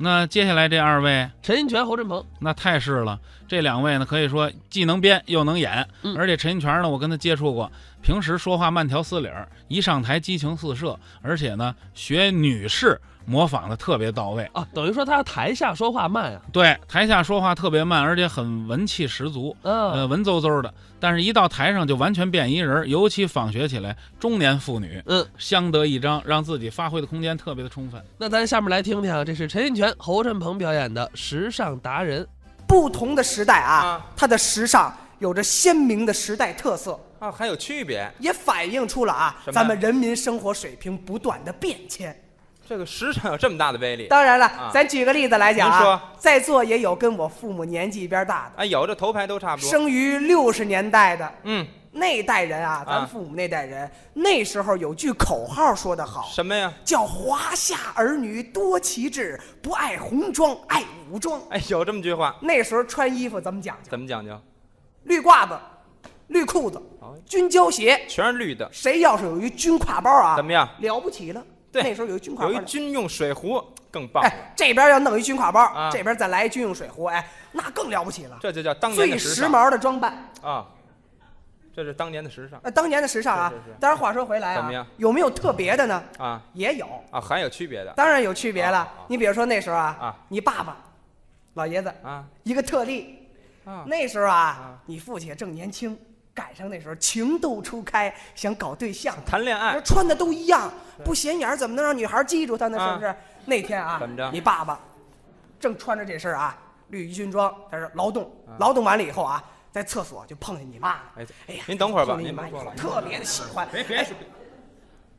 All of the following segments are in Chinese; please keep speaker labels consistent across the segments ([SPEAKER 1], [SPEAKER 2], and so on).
[SPEAKER 1] 那接下来这二位，
[SPEAKER 2] 陈印泉、侯振鹏，
[SPEAKER 1] 那太是了。这两位呢，可以说既能编又能演，
[SPEAKER 2] 嗯
[SPEAKER 1] 而且陈印泉呢，我跟他接触过，平时说话慢条斯理儿，一上台激情四射，而且呢，学女士模仿的特别到位。
[SPEAKER 2] 啊，等于说他台下说话慢啊，
[SPEAKER 1] 对，台下说话特别慢，而且很文气十足，呃，
[SPEAKER 2] 嗯
[SPEAKER 1] 文绉绉的。但是，一到台上就完全变一人儿，尤其仿学起来中年妇女，
[SPEAKER 2] 嗯，
[SPEAKER 1] 相得益彰，让自己发挥的空间特别的充分。
[SPEAKER 2] 那咱下面来听听啊，这是陈印泉、侯振鹏表演的《时尚达人》。
[SPEAKER 3] 不同的时代啊，
[SPEAKER 4] 啊
[SPEAKER 3] 它的时尚有着鲜明的时代特色，
[SPEAKER 4] 啊，还有区别。
[SPEAKER 3] 也反映出了啊
[SPEAKER 4] 什么呀
[SPEAKER 3] 咱们人民生活水平不断的变迁。
[SPEAKER 4] 这个时尚有这么大的威力？
[SPEAKER 3] 当然了，
[SPEAKER 4] 啊
[SPEAKER 3] 咱举个例子来讲
[SPEAKER 4] 您说
[SPEAKER 3] 啊，在座也有跟我父母年纪一边大的，
[SPEAKER 4] 啊，有这头牌都差不多。
[SPEAKER 3] 生于六十年代的
[SPEAKER 4] 嗯，
[SPEAKER 3] 那代人啊，咱
[SPEAKER 4] 啊
[SPEAKER 3] 父母那代人、那时候有句口号说得好，
[SPEAKER 4] 什么呀？
[SPEAKER 3] 叫“华夏儿女多奇志，不爱红装爱武装
[SPEAKER 4] 哎，有这么句话，”。
[SPEAKER 3] 那时候穿衣服怎么讲究？
[SPEAKER 4] 怎么讲究？
[SPEAKER 3] 绿褂子、绿裤子
[SPEAKER 4] 哦、
[SPEAKER 3] 军胶鞋。
[SPEAKER 4] 全是绿的。
[SPEAKER 3] 谁要是有一军挎包啊，
[SPEAKER 4] 怎么样
[SPEAKER 3] 了不起了？
[SPEAKER 4] 对，
[SPEAKER 3] 那时候有一军挎包
[SPEAKER 4] 有
[SPEAKER 3] 了，
[SPEAKER 4] 一军用水壶更棒了，
[SPEAKER 3] 哎，这边要弄一军挎包，
[SPEAKER 4] 啊
[SPEAKER 3] 这边再来一军用水壶，哎，那更了不起了。
[SPEAKER 4] 这就叫当年
[SPEAKER 3] 最
[SPEAKER 4] 的时
[SPEAKER 3] 时
[SPEAKER 4] 尚
[SPEAKER 3] 髦的装扮，
[SPEAKER 4] 啊！这是当年的时尚
[SPEAKER 3] 呃，当年的时尚啊
[SPEAKER 4] 是是是。
[SPEAKER 3] 当然，话说回来
[SPEAKER 4] 怎么样
[SPEAKER 3] 啊，有没有特别的呢？
[SPEAKER 4] 啊
[SPEAKER 3] 也有，
[SPEAKER 4] 啊，还有区别的
[SPEAKER 3] 当然有区别
[SPEAKER 4] 啊
[SPEAKER 3] 了
[SPEAKER 4] 啊。
[SPEAKER 3] 你比如说那时候啊
[SPEAKER 4] 啊，
[SPEAKER 3] 你爸爸，老爷子，
[SPEAKER 4] 啊
[SPEAKER 3] 一个特例，
[SPEAKER 4] 啊！
[SPEAKER 3] 那时候啊，你父亲正年轻，赶上那时候情窦初开，想搞对象，
[SPEAKER 4] 谈恋爱
[SPEAKER 3] 那穿的都一样，不显眼儿怎么能让女孩记住他呢？是不是？那天啊
[SPEAKER 4] 怎么着，
[SPEAKER 3] 你爸爸正穿着这身儿啊，绿衣军装，在这儿劳动，劳动完了以后啊，在厕所就碰见你妈
[SPEAKER 4] 哎。
[SPEAKER 3] 哎呀，
[SPEAKER 4] 您等会儿吧
[SPEAKER 3] 碰见你
[SPEAKER 4] 您
[SPEAKER 3] 妈
[SPEAKER 4] 别
[SPEAKER 3] 以
[SPEAKER 4] 说
[SPEAKER 3] 后
[SPEAKER 4] 了
[SPEAKER 3] 特别的喜欢。
[SPEAKER 4] 别别
[SPEAKER 3] 哎
[SPEAKER 4] 说，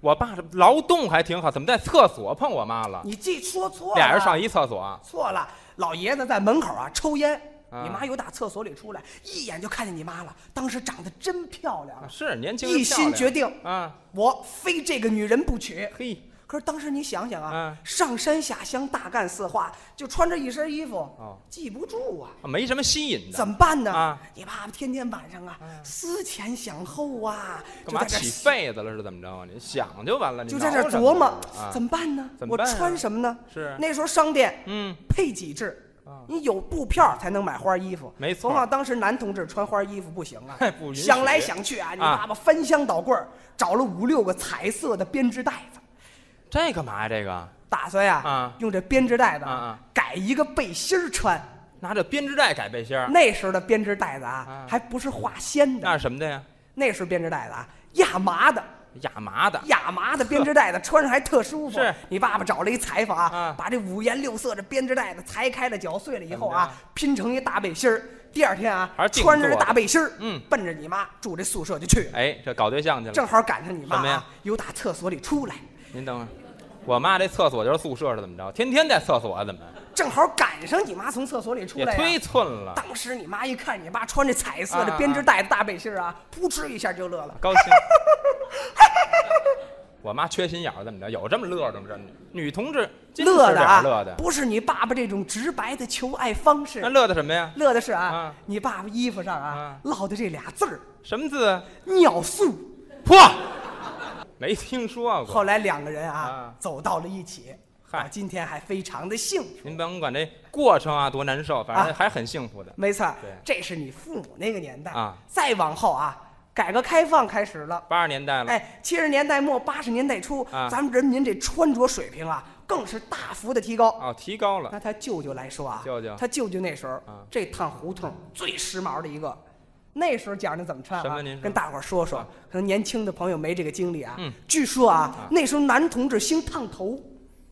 [SPEAKER 4] 我爸是劳动还挺好，怎么在厕所碰我妈了？
[SPEAKER 3] 你记说错了，
[SPEAKER 4] 俩人上一厕所，
[SPEAKER 3] 错了，老爷子在门口啊抽烟。
[SPEAKER 4] 啊
[SPEAKER 3] 你妈由打厕所里出来，一眼就看见你妈了。当时长得真漂亮
[SPEAKER 4] 啊
[SPEAKER 3] 啊，
[SPEAKER 4] 是年轻人
[SPEAKER 3] 一心
[SPEAKER 4] 漂亮
[SPEAKER 3] 决定，
[SPEAKER 4] 啊！
[SPEAKER 3] 我非这个女人不娶。
[SPEAKER 4] 嘿，
[SPEAKER 3] 可是当时你想想啊
[SPEAKER 4] 啊，
[SPEAKER 3] 上山下乡大干四化，就穿着一身衣服
[SPEAKER 4] 哦，
[SPEAKER 3] 记不住啊，
[SPEAKER 4] 啊没什么吸引的。
[SPEAKER 3] 怎么办呢
[SPEAKER 4] 啊？嗯
[SPEAKER 3] 你爸爸天天晚上啊，思前想后啊，
[SPEAKER 4] 干
[SPEAKER 3] 就
[SPEAKER 4] 嘛
[SPEAKER 3] 在这
[SPEAKER 4] 起
[SPEAKER 3] 儿
[SPEAKER 4] 痱子了是怎么着啊？你想就完了，你
[SPEAKER 3] 就在这儿
[SPEAKER 4] 挠什
[SPEAKER 3] 琢
[SPEAKER 4] 么
[SPEAKER 3] 磨
[SPEAKER 4] 啊、，
[SPEAKER 3] 怎么办呢？
[SPEAKER 4] 怎
[SPEAKER 3] 我
[SPEAKER 4] 么办啊
[SPEAKER 3] 穿什么呢？
[SPEAKER 4] 是
[SPEAKER 3] 那时候商店
[SPEAKER 4] 嗯，
[SPEAKER 3] 配给制
[SPEAKER 4] 啊。
[SPEAKER 3] 你有布票才能买花衣服，
[SPEAKER 4] 没错，
[SPEAKER 3] 何况当时男同志穿花衣服不行啊
[SPEAKER 4] 不允许
[SPEAKER 3] 想来想去啊，你
[SPEAKER 4] 啊
[SPEAKER 3] 爸爸翻箱倒柜儿找了五六个彩色的编织袋子，
[SPEAKER 4] 这干嘛呀？这个
[SPEAKER 3] 打算呀、
[SPEAKER 4] 啊
[SPEAKER 3] 用这编织袋子
[SPEAKER 4] 啊啊
[SPEAKER 3] 改一个背心儿穿。
[SPEAKER 4] 拿着编织袋改背心儿，
[SPEAKER 3] 那时候的编织袋子啊，
[SPEAKER 4] 啊
[SPEAKER 3] 还不是化纤
[SPEAKER 4] 那
[SPEAKER 3] 的，
[SPEAKER 4] 是什么的呀？
[SPEAKER 3] 那时候编织袋子啊，亚麻的，
[SPEAKER 4] 亚麻的，
[SPEAKER 3] 亚麻的编织袋子，穿上还特舒服。
[SPEAKER 4] 啊是
[SPEAKER 3] 你爸爸找了一裁缝啊
[SPEAKER 4] 啊，
[SPEAKER 3] 把这五颜六色的编织袋子裁开了、绞碎了以后
[SPEAKER 4] 怎
[SPEAKER 3] 啊
[SPEAKER 4] 么着，
[SPEAKER 3] 拼成一大背心儿。第二天啊
[SPEAKER 4] 哎还是，定做
[SPEAKER 3] 穿
[SPEAKER 4] 的
[SPEAKER 3] 着这大背心儿，
[SPEAKER 4] 嗯
[SPEAKER 3] 奔着你妈住这宿舍就去了。
[SPEAKER 4] 哎，这搞对象去了。
[SPEAKER 3] 正好赶上你妈
[SPEAKER 4] 什么呀
[SPEAKER 3] 啊，由打厕所里出来，
[SPEAKER 4] 您等会儿，我妈这厕所就是宿舍是怎么着？天天在厕所啊，怎么
[SPEAKER 3] 正好赶上你妈从厕所里出
[SPEAKER 4] 也
[SPEAKER 3] 来啊呀。
[SPEAKER 4] 忒寸了？
[SPEAKER 3] 当时你妈一看你爸穿这彩色
[SPEAKER 4] 啊
[SPEAKER 3] 的
[SPEAKER 4] 啊
[SPEAKER 3] 编织袋的大背心儿啊，扑哧一下就乐了。
[SPEAKER 4] 高兴。 我妈缺心眼儿怎么着？有这么乐的吗？真的，女同志矜持
[SPEAKER 3] 乐的
[SPEAKER 4] 点
[SPEAKER 3] 啊，
[SPEAKER 4] 儿乐的，
[SPEAKER 3] 不是你爸爸这种直白的求爱方式
[SPEAKER 4] 那，乐的什么呀？
[SPEAKER 3] 乐的是啊，
[SPEAKER 4] 啊
[SPEAKER 3] 你爸爸衣服上啊
[SPEAKER 4] 啊
[SPEAKER 3] 烙的这俩字儿
[SPEAKER 4] 什么字啊？
[SPEAKER 3] “尿素
[SPEAKER 4] 破， 没听说”。过。
[SPEAKER 3] 后来两个人啊
[SPEAKER 4] 啊
[SPEAKER 3] 走到了一起，
[SPEAKER 4] 嗨
[SPEAKER 3] 啊，今天还非常的幸福。
[SPEAKER 4] 您甭管这过程啊多难受，反
[SPEAKER 3] 啊
[SPEAKER 4] 正还很幸福的。
[SPEAKER 3] 没错儿
[SPEAKER 4] 对，
[SPEAKER 3] 这是你父母那个年代
[SPEAKER 4] 啊
[SPEAKER 3] 再往后啊，改革开放开始了，
[SPEAKER 4] 八十年代了，
[SPEAKER 3] 哎，七十年代末八十年代初，
[SPEAKER 4] 啊
[SPEAKER 3] 咱们人民这穿着水平啊，更是大幅的提高。
[SPEAKER 4] 哦，提高了
[SPEAKER 3] 拿他舅舅来说啊，
[SPEAKER 4] 舅舅
[SPEAKER 3] 他舅舅那时候、
[SPEAKER 4] 啊
[SPEAKER 3] 这趟胡同最时髦的一个，那时候讲究怎么穿
[SPEAKER 4] 什
[SPEAKER 3] 啊
[SPEAKER 4] 么您？说啊
[SPEAKER 3] 跟大伙儿说说，可能年轻的朋友没这个经历啊。
[SPEAKER 4] 嗯
[SPEAKER 3] 据说啊，那时候男同志兴烫头，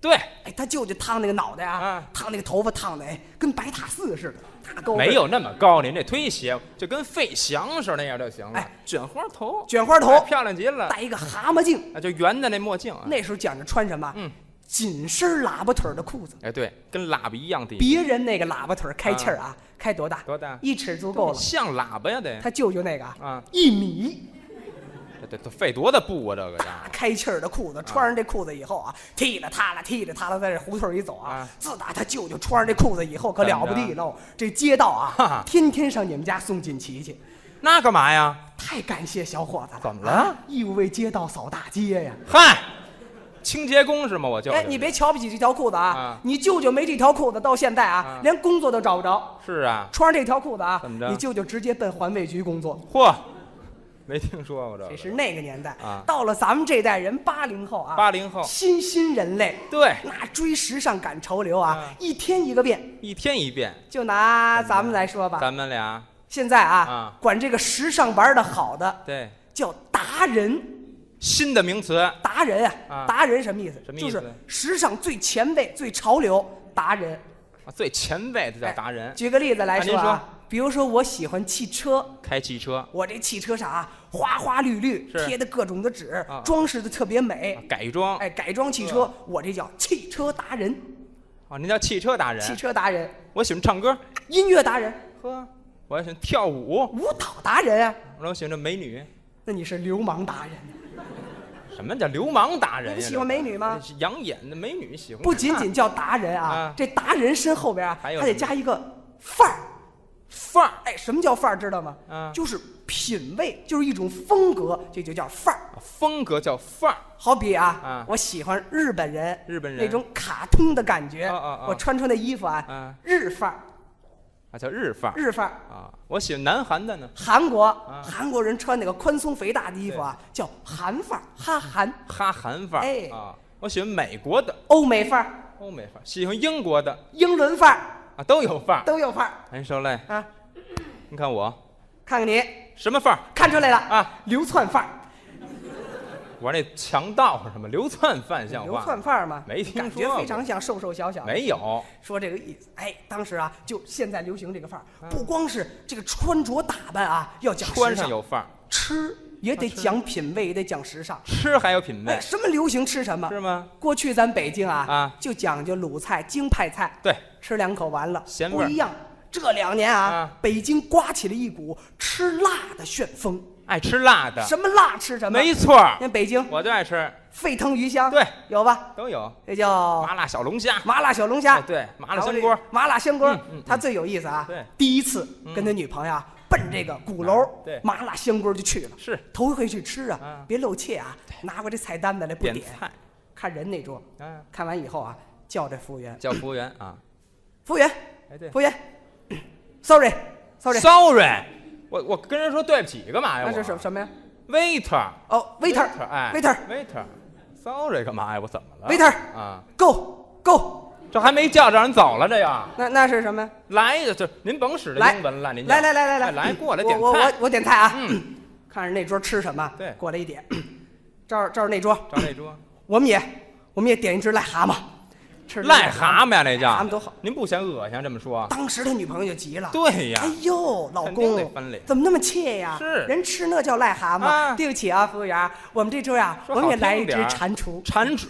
[SPEAKER 4] 对，
[SPEAKER 3] 哎，他舅舅烫那个脑袋啊，
[SPEAKER 4] 啊
[SPEAKER 3] 烫那个头发烫的哎，跟白塔寺似的，大高个儿
[SPEAKER 4] 没有那么高，您这推鞋就跟费翔似的那样就行了。
[SPEAKER 3] 哎
[SPEAKER 4] 卷花头，
[SPEAKER 3] 卷花头
[SPEAKER 4] 哎漂亮极了，
[SPEAKER 3] 戴一个蛤蟆镜，
[SPEAKER 4] 啊，就圆的那墨镜啊。
[SPEAKER 3] 那时候讲究穿什么？啊
[SPEAKER 4] 嗯
[SPEAKER 3] 紧身喇叭腿儿的裤子。
[SPEAKER 4] 哎，对，跟喇叭一样低，
[SPEAKER 3] 别人那个喇叭腿儿开气儿啊，开多大？
[SPEAKER 4] 多大
[SPEAKER 3] 一尺足够了。
[SPEAKER 4] 像喇叭呀得。
[SPEAKER 3] 他舅舅那个
[SPEAKER 4] 啊，
[SPEAKER 3] 一米。
[SPEAKER 4] 这这这费多大布啊，这个
[SPEAKER 3] 大开气儿的裤子，穿上这裤子以后啊，踢了踏了，踢了踏了，在这胡同里走啊
[SPEAKER 4] 啊。
[SPEAKER 3] 自打他舅舅穿上这裤子以后，可了不地
[SPEAKER 4] 怎
[SPEAKER 3] 喽，这街道
[SPEAKER 4] 哈
[SPEAKER 3] 啊
[SPEAKER 4] 哈，
[SPEAKER 3] 天天上你们家送锦旗去。
[SPEAKER 4] 那干嘛呀？
[SPEAKER 3] 太感谢小伙子了！啊
[SPEAKER 4] 怎么了？
[SPEAKER 3] 义务为街道扫大街呀！
[SPEAKER 4] 嗨，清洁工是吗？我就是。
[SPEAKER 3] 哎，你别瞧不起这条裤子啊
[SPEAKER 4] 啊！
[SPEAKER 3] 你舅舅没这条裤子，到现在啊
[SPEAKER 4] 啊，
[SPEAKER 3] 连工作都找不着。
[SPEAKER 4] 是啊，
[SPEAKER 3] 穿上这条裤子啊
[SPEAKER 4] 怎么着，
[SPEAKER 3] 你舅舅直接奔环卫局工作。
[SPEAKER 4] 嚯，没听说过这
[SPEAKER 3] 这
[SPEAKER 4] 个。
[SPEAKER 3] 是那个年代
[SPEAKER 4] 呃啊
[SPEAKER 3] 到了咱们这代人，八零后啊，
[SPEAKER 4] 八零后，
[SPEAKER 3] 新新人类，
[SPEAKER 4] 对，
[SPEAKER 3] 那追时尚赶潮流啊
[SPEAKER 4] 啊，
[SPEAKER 3] 一天一个变。
[SPEAKER 4] 一天一变。
[SPEAKER 3] 就拿咱们来说吧，
[SPEAKER 4] 咱们俩，
[SPEAKER 3] 现在啊
[SPEAKER 4] 啊，
[SPEAKER 3] 管这个时尚玩的好的
[SPEAKER 4] 对，
[SPEAKER 3] 叫达人。
[SPEAKER 4] 新的名词，
[SPEAKER 3] 达人啊，
[SPEAKER 4] 啊
[SPEAKER 3] 达人什么意思？
[SPEAKER 4] 什么
[SPEAKER 3] 就
[SPEAKER 4] 意思
[SPEAKER 3] 是时尚最前卫、最潮流达人。
[SPEAKER 4] 啊最前卫
[SPEAKER 3] 哎
[SPEAKER 4] 的叫达人，
[SPEAKER 3] 举个例子来说
[SPEAKER 4] 啊
[SPEAKER 3] 啊，比如说我喜欢汽车，
[SPEAKER 4] 开汽车，
[SPEAKER 3] 我这汽车上啊花花绿绿，
[SPEAKER 4] 是
[SPEAKER 3] 贴的各种的纸
[SPEAKER 4] 啊，
[SPEAKER 3] 装饰的特别美
[SPEAKER 4] 啊。改装，
[SPEAKER 3] 哎，改装汽车，我这叫汽车达人，
[SPEAKER 4] 啊，那叫汽车达人。
[SPEAKER 3] 汽车达人，
[SPEAKER 4] 我喜欢唱歌，
[SPEAKER 3] 音乐达人，
[SPEAKER 4] 呵，我还喜欢跳舞，
[SPEAKER 3] 舞蹈达人啊。
[SPEAKER 4] 然后喜欢这美女。
[SPEAKER 3] 那你是流氓达人，
[SPEAKER 4] 什么叫流氓达人呀？
[SPEAKER 3] 你不喜欢美女吗？
[SPEAKER 4] 养眼的美女喜欢看。
[SPEAKER 3] 不仅仅叫达人啊
[SPEAKER 4] 啊，
[SPEAKER 3] 这达人身后边啊，
[SPEAKER 4] 还有
[SPEAKER 3] 还得
[SPEAKER 4] 什么
[SPEAKER 3] 加一个范儿。
[SPEAKER 4] 范儿
[SPEAKER 3] 哎，什么叫范儿？知道吗？
[SPEAKER 4] 啊
[SPEAKER 3] 就是品味，就是一种风格，这就叫范儿。
[SPEAKER 4] 啊，风格叫范儿。
[SPEAKER 3] 好比啊，
[SPEAKER 4] 啊
[SPEAKER 3] 我喜欢日本人，
[SPEAKER 4] 日本人
[SPEAKER 3] 那种卡通的感觉，
[SPEAKER 4] 啊啊啊
[SPEAKER 3] 我穿穿那衣服啊，
[SPEAKER 4] 啊
[SPEAKER 3] 日范儿，
[SPEAKER 4] 啊，叫日范儿
[SPEAKER 3] 日范儿。
[SPEAKER 4] 啊。我喜欢南韩的呢，
[SPEAKER 3] 韩国、
[SPEAKER 4] 啊
[SPEAKER 3] 韩国人穿那个宽松肥大的衣服啊，叫韩范儿，哈韩。
[SPEAKER 4] 哈韩范
[SPEAKER 3] 哎
[SPEAKER 4] 儿啊。我喜欢美国的，
[SPEAKER 3] 欧美范儿、
[SPEAKER 4] 欧美范儿，喜欢英国的
[SPEAKER 3] 英伦范儿
[SPEAKER 4] 啊，都有范儿。哎
[SPEAKER 3] 都有范儿
[SPEAKER 4] 您受累，
[SPEAKER 3] 啊。
[SPEAKER 4] 你看我
[SPEAKER 3] 看看你，
[SPEAKER 4] 什么范儿？
[SPEAKER 3] 看出来了
[SPEAKER 4] 啊，
[SPEAKER 3] 流窜范儿，
[SPEAKER 4] 我那强盗是什么流窜犯像
[SPEAKER 3] 流
[SPEAKER 4] 话？
[SPEAKER 3] 窜范儿嘛，
[SPEAKER 4] 没听
[SPEAKER 3] 感觉
[SPEAKER 4] 说
[SPEAKER 3] 非常
[SPEAKER 4] 过
[SPEAKER 3] 像瘦瘦小小的。
[SPEAKER 4] 没有，
[SPEAKER 3] 说这个意思。哎，当时啊，就现在流行这个范儿，不光是这个穿着打扮啊，要讲
[SPEAKER 4] 啊穿
[SPEAKER 3] 时
[SPEAKER 4] 上
[SPEAKER 3] 尚，
[SPEAKER 4] 有范儿，
[SPEAKER 3] 吃也得讲品味，也得讲时尚。
[SPEAKER 4] 吃还有品味
[SPEAKER 3] 哎，，什么流行吃什么
[SPEAKER 4] 是？吗？
[SPEAKER 3] 过去咱北京啊，
[SPEAKER 4] 啊
[SPEAKER 3] 就讲究鲁菜、京派菜，
[SPEAKER 4] 对，
[SPEAKER 3] 吃两口完了，
[SPEAKER 4] 咸
[SPEAKER 3] 不
[SPEAKER 4] 味儿
[SPEAKER 3] 一样。这两年啊，
[SPEAKER 4] 啊
[SPEAKER 3] 北京刮起了一股吃辣的旋风，
[SPEAKER 4] 爱吃辣的，
[SPEAKER 3] 什么辣吃什么。
[SPEAKER 4] 啊没错儿，
[SPEAKER 3] 看北京
[SPEAKER 4] 我就爱吃，
[SPEAKER 3] 沸腾鱼香，
[SPEAKER 4] 对，
[SPEAKER 3] 有吧？
[SPEAKER 4] 都有
[SPEAKER 3] 这叫
[SPEAKER 4] 麻辣小龙虾，
[SPEAKER 3] 麻辣小龙哦虾，
[SPEAKER 4] 哎对麻辣香锅，
[SPEAKER 3] 麻辣香锅
[SPEAKER 4] 嗯嗯嗯，
[SPEAKER 3] 他最有意思啊。
[SPEAKER 4] 对
[SPEAKER 3] 第一次跟他女朋友啊奔这个鼓楼
[SPEAKER 4] 嗯对
[SPEAKER 3] 麻辣香锅就去了，
[SPEAKER 4] 是
[SPEAKER 3] 头一回去吃啊
[SPEAKER 4] 啊，
[SPEAKER 3] 别露怯啊，拿过这菜单子来不
[SPEAKER 4] 点
[SPEAKER 3] 点，
[SPEAKER 4] 菜，
[SPEAKER 3] 看人那桌，
[SPEAKER 4] 啊，
[SPEAKER 3] 看完以后啊，叫这服务员，
[SPEAKER 4] 叫服务员啊，
[SPEAKER 3] 服务员，
[SPEAKER 4] 哎对
[SPEAKER 3] 服务员，sorry，sorry，
[SPEAKER 4] ，sorry，我我跟人说对不起干嘛呀？
[SPEAKER 3] 那是
[SPEAKER 4] 我
[SPEAKER 3] 什什么呀？
[SPEAKER 4] waiter，waiter，
[SPEAKER 3] 哦，waiter，
[SPEAKER 4] 哎，waiter，waiter，sorry 干嘛呀？我怎么了
[SPEAKER 3] Waiter
[SPEAKER 4] 啊，
[SPEAKER 3] waiter，go go，
[SPEAKER 4] 这还没叫让人走了，这要
[SPEAKER 3] 那那是什么呀？
[SPEAKER 4] 来一个，就您甭使这
[SPEAKER 3] 来
[SPEAKER 4] 英文了，您就
[SPEAKER 3] 来来来来来嗯
[SPEAKER 4] 哎来过来
[SPEAKER 3] 我
[SPEAKER 4] 点
[SPEAKER 3] 我我
[SPEAKER 4] 菜，嗯
[SPEAKER 3] 我点菜啊，看着那桌吃什么，
[SPEAKER 4] 对
[SPEAKER 3] 过来一点， 这儿这儿那桌。
[SPEAKER 4] 照那桌，
[SPEAKER 3] 我们也，我们也点一只癞蛤蟆，吃
[SPEAKER 4] 癞蛤蟆呀，那叫
[SPEAKER 3] 癞蛤蟆多好。
[SPEAKER 4] 您不嫌恶心啊？这么说，
[SPEAKER 3] 当时他女朋友就急了，
[SPEAKER 4] 对呀
[SPEAKER 3] 哎呦，老
[SPEAKER 4] 肯定得
[SPEAKER 3] 公
[SPEAKER 4] 翻脸
[SPEAKER 3] 怎么那么怯呀？
[SPEAKER 4] 是
[SPEAKER 3] 人吃那叫癞蛤蟆。
[SPEAKER 4] 啊
[SPEAKER 3] 对不起啊，服务员，我们这桌呀，我
[SPEAKER 4] 说好
[SPEAKER 3] 们也来一
[SPEAKER 4] 听
[SPEAKER 3] 只
[SPEAKER 4] 点儿
[SPEAKER 3] 蟾蜍。
[SPEAKER 4] 蟾蜍，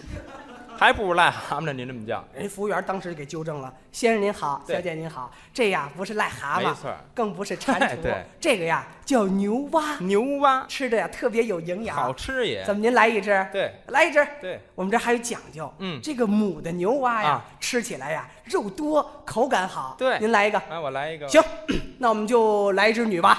[SPEAKER 4] 还不如癞蛤蟆呢，您这么叫，
[SPEAKER 3] 人服务员当时就给纠正了：“先生您好，
[SPEAKER 4] 对
[SPEAKER 3] 小姐您好，这呀不是癞蛤蟆
[SPEAKER 4] 没错儿，
[SPEAKER 3] 更不是蟾蜍
[SPEAKER 4] 对，
[SPEAKER 3] 这个呀叫牛蛙，
[SPEAKER 4] 牛蛙
[SPEAKER 3] 吃的呀特别有营养，
[SPEAKER 4] 好吃也
[SPEAKER 3] 怎么您来一只？
[SPEAKER 4] 对，
[SPEAKER 3] 来一只。
[SPEAKER 4] 对，
[SPEAKER 3] 我们这还有讲究。
[SPEAKER 4] 嗯
[SPEAKER 3] 这个母的牛蛙呀
[SPEAKER 4] 啊，
[SPEAKER 3] 吃起来呀肉多，口感好。
[SPEAKER 4] 对
[SPEAKER 3] 您来一个。
[SPEAKER 4] 哎，我来一个，
[SPEAKER 3] 行， 那我们就来一只女蛙，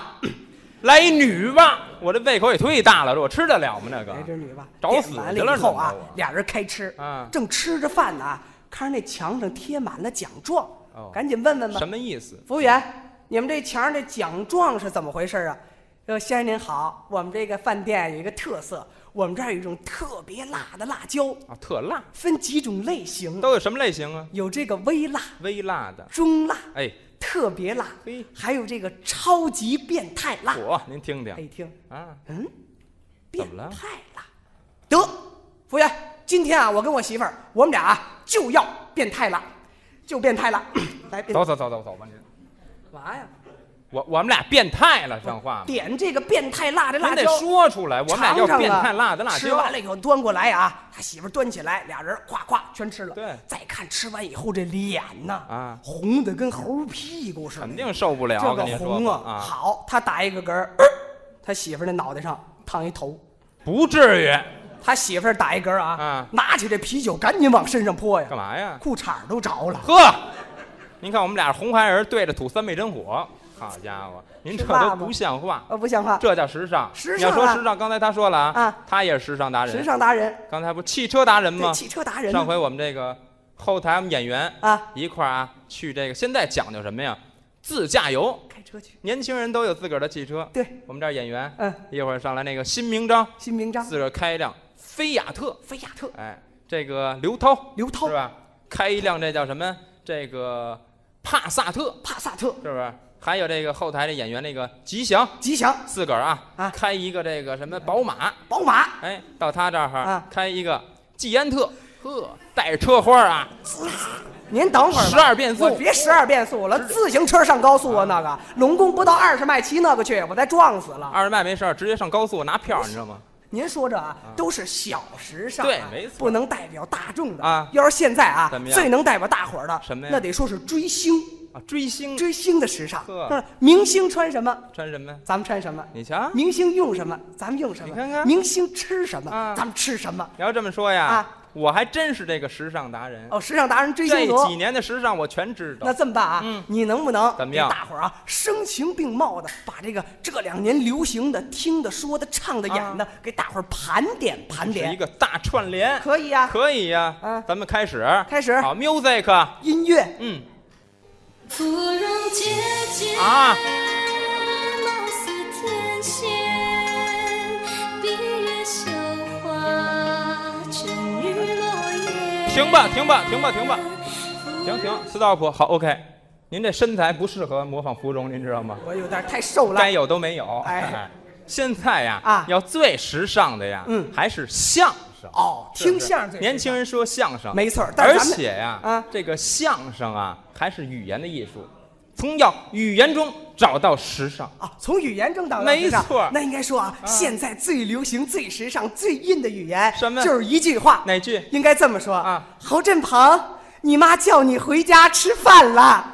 [SPEAKER 4] 来一女蛙，我这胃口也忒大了，这我吃得了吗？那个
[SPEAKER 3] 来一只女蛙。
[SPEAKER 4] 找
[SPEAKER 3] 点
[SPEAKER 4] 死
[SPEAKER 3] 完
[SPEAKER 4] 去了
[SPEAKER 3] 以后啊
[SPEAKER 4] 怎么着我，
[SPEAKER 3] 俩人开吃
[SPEAKER 4] 啊
[SPEAKER 3] 正吃着饭呢，看着那墙上贴满了奖状
[SPEAKER 4] 哦，
[SPEAKER 3] 赶紧问问吧
[SPEAKER 4] 什。么意思？
[SPEAKER 3] 服务员，你们这墙上这奖状是怎么回事啊？呃，先生您好，我们这个饭店有一个特色，我们这儿有一种特别辣的辣椒，
[SPEAKER 4] 啊，特辣，
[SPEAKER 3] 分几种类型。
[SPEAKER 4] 都有什么类型啊？
[SPEAKER 3] 有这个微辣、
[SPEAKER 4] 微辣的，
[SPEAKER 3] 中辣、
[SPEAKER 4] 哎，
[SPEAKER 3] 特别辣
[SPEAKER 4] 嘿，
[SPEAKER 3] 还有这个超级变态辣。
[SPEAKER 4] 火，您听
[SPEAKER 3] 哎，
[SPEAKER 4] 听
[SPEAKER 3] 一听嗯
[SPEAKER 4] 啊，
[SPEAKER 3] 变
[SPEAKER 4] 么了
[SPEAKER 3] 态辣，得，服务员，今天啊，我跟我媳妇儿，我们俩啊就要变态辣，就变态 辣，来变
[SPEAKER 4] 走走走走走吧您，
[SPEAKER 3] 嘛呀？
[SPEAKER 4] 我我们俩变态了，像话吗？
[SPEAKER 3] 点这个变态辣的辣
[SPEAKER 4] 您得
[SPEAKER 3] 椒。
[SPEAKER 4] 说出来，我们俩
[SPEAKER 3] 尝
[SPEAKER 4] 叫
[SPEAKER 3] 尝
[SPEAKER 4] 变
[SPEAKER 3] 啊
[SPEAKER 4] 态辣的辣
[SPEAKER 3] 吃
[SPEAKER 4] 椒
[SPEAKER 3] 完，了以后端过来啊，他媳妇儿端起来，俩人夸夸全吃了。
[SPEAKER 4] 对
[SPEAKER 3] 再看吃完以后这脸呐，
[SPEAKER 4] 啊
[SPEAKER 3] 红的跟猴屁股似的，
[SPEAKER 4] 肯定受不了。
[SPEAKER 3] 这
[SPEAKER 4] 跟
[SPEAKER 3] 个
[SPEAKER 4] 您
[SPEAKER 3] 红
[SPEAKER 4] 说
[SPEAKER 3] 啊，
[SPEAKER 4] 啊，
[SPEAKER 3] 好，他打一个嗝儿，呃他媳妇儿那脑袋上烫一头，
[SPEAKER 4] 不至于，
[SPEAKER 3] 他媳妇儿打一嗝儿啊，
[SPEAKER 4] 啊
[SPEAKER 3] 拿起这啤酒赶紧往身上泼呀，
[SPEAKER 4] 干嘛呀？
[SPEAKER 3] 裤衩儿都着了。
[SPEAKER 4] 呵，您看我们俩红孩儿对着吐三昧真火，好家伙，您
[SPEAKER 3] 是
[SPEAKER 4] 这
[SPEAKER 3] 爸
[SPEAKER 4] 都
[SPEAKER 3] 爸
[SPEAKER 4] 不像话，
[SPEAKER 3] 呃，不像话，
[SPEAKER 4] 这叫时尚。
[SPEAKER 3] 时
[SPEAKER 4] 你要
[SPEAKER 3] 尚
[SPEAKER 4] 说
[SPEAKER 3] 啊
[SPEAKER 4] 时尚，刚才他说了啊，
[SPEAKER 3] 啊，
[SPEAKER 4] 他也是时尚达
[SPEAKER 3] 时
[SPEAKER 4] 人。
[SPEAKER 3] 尚达人，
[SPEAKER 4] 刚才不汽车达人
[SPEAKER 3] 对，
[SPEAKER 4] 吗？
[SPEAKER 3] 汽车达人
[SPEAKER 4] 上回我们这个后台我们演员
[SPEAKER 3] 啊，
[SPEAKER 4] 一块儿啊去这个，现在讲究什么呀？自驾游，
[SPEAKER 3] 开车去，
[SPEAKER 4] 年轻人都有自个儿的汽车。
[SPEAKER 3] 对，
[SPEAKER 4] 我们这儿演员
[SPEAKER 3] 嗯，
[SPEAKER 4] 一会儿上来那个新明章，
[SPEAKER 3] 新名章，
[SPEAKER 4] 自个儿开一辆菲亚特，
[SPEAKER 3] 菲亚特，
[SPEAKER 4] 哎，这个刘涛
[SPEAKER 3] 刘涛
[SPEAKER 4] 是，吧？开一辆这叫什么？这个帕萨特
[SPEAKER 3] 帕萨特，
[SPEAKER 4] 是不是？还有这个后台的演员那个吉祥，
[SPEAKER 3] 吉祥，
[SPEAKER 4] 自个儿啊
[SPEAKER 3] 啊
[SPEAKER 4] 开一个这个什么宝马，
[SPEAKER 3] 宝马，
[SPEAKER 4] 哎，到他这儿哈、
[SPEAKER 3] 啊
[SPEAKER 4] 开一个捷安特，呵，带车花儿啊，
[SPEAKER 3] 您等会儿吧，
[SPEAKER 4] 十二变速
[SPEAKER 3] 我，别十二变速了，自行车上高速啊，那个龙宫不到二十迈骑那个去，我再撞死了。
[SPEAKER 4] 二十迈没事儿，直接上高速拿票，你知道吗？
[SPEAKER 3] 您说这啊，都是小时尚啊，
[SPEAKER 4] 对没错
[SPEAKER 3] 不能代表大众的
[SPEAKER 4] 啊
[SPEAKER 3] 要是现在啊
[SPEAKER 4] 怎么，样
[SPEAKER 3] 最能代表大伙儿的
[SPEAKER 4] 什么呀
[SPEAKER 3] 那得说是追星，
[SPEAKER 4] 啊，追星
[SPEAKER 3] 追星的时尚。
[SPEAKER 4] 呵
[SPEAKER 3] 嗯明星穿什么，
[SPEAKER 4] 穿什么？
[SPEAKER 3] 咱们穿什么；
[SPEAKER 4] 你瞧，你
[SPEAKER 3] 明星用什么，咱们用什么；
[SPEAKER 4] 你看看
[SPEAKER 3] 明星吃什么，
[SPEAKER 4] 啊
[SPEAKER 3] 咱们吃什么。
[SPEAKER 4] 要这么说呀，
[SPEAKER 3] 啊
[SPEAKER 4] 我还真是这个时尚达人。
[SPEAKER 3] 哦，时尚达人追
[SPEAKER 4] 这
[SPEAKER 3] 星族
[SPEAKER 4] 几。年的时尚我全知道
[SPEAKER 3] 那。这么办啊？
[SPEAKER 4] 嗯
[SPEAKER 3] 你能不能
[SPEAKER 4] 怎么样
[SPEAKER 3] 给大伙儿啊，声情并茂的把这个这两年流行的、听的、说的、唱的、演的，给大伙儿盘点盘
[SPEAKER 4] 啊是一
[SPEAKER 3] 点？
[SPEAKER 4] 个大串联，
[SPEAKER 3] 可以啊，
[SPEAKER 4] 可以呀、
[SPEAKER 3] 嗯
[SPEAKER 4] 咱们开始，
[SPEAKER 3] 开始
[SPEAKER 4] 好，music，
[SPEAKER 3] 音乐
[SPEAKER 4] 嗯
[SPEAKER 5] 芙蓉姐姐，
[SPEAKER 4] 啊，
[SPEAKER 5] 貌似天仙，闭月羞花，沉鱼落雁。
[SPEAKER 4] 停吧，停吧，停吧，停吧，停停，stop，好，OK，您这身材不适合模仿芙蓉，您知道吗？
[SPEAKER 3] 我有点太瘦了
[SPEAKER 4] 该。有都没有，
[SPEAKER 3] 哎，
[SPEAKER 4] 现在呀，
[SPEAKER 3] 啊
[SPEAKER 4] 要最时尚的呀，
[SPEAKER 3] 嗯
[SPEAKER 4] 还是相声。
[SPEAKER 3] 哦，听相声最
[SPEAKER 4] 年轻人说相声，
[SPEAKER 3] 没错儿但是
[SPEAKER 4] 而
[SPEAKER 3] 咱们
[SPEAKER 4] 且呀，
[SPEAKER 3] 啊
[SPEAKER 4] 这个相声啊，还是语言的艺术，从要语言中找到时尚。
[SPEAKER 3] 啊，从语言中到
[SPEAKER 4] 没
[SPEAKER 3] 时尚
[SPEAKER 4] 错
[SPEAKER 3] 那应该说啊，现在最流行、最时尚、最印的语言
[SPEAKER 4] 什么
[SPEAKER 3] 就是一句话，
[SPEAKER 4] 哪句？
[SPEAKER 3] 应该这么说
[SPEAKER 4] 啊？
[SPEAKER 3] 侯振鹏，你妈叫你回家吃饭了。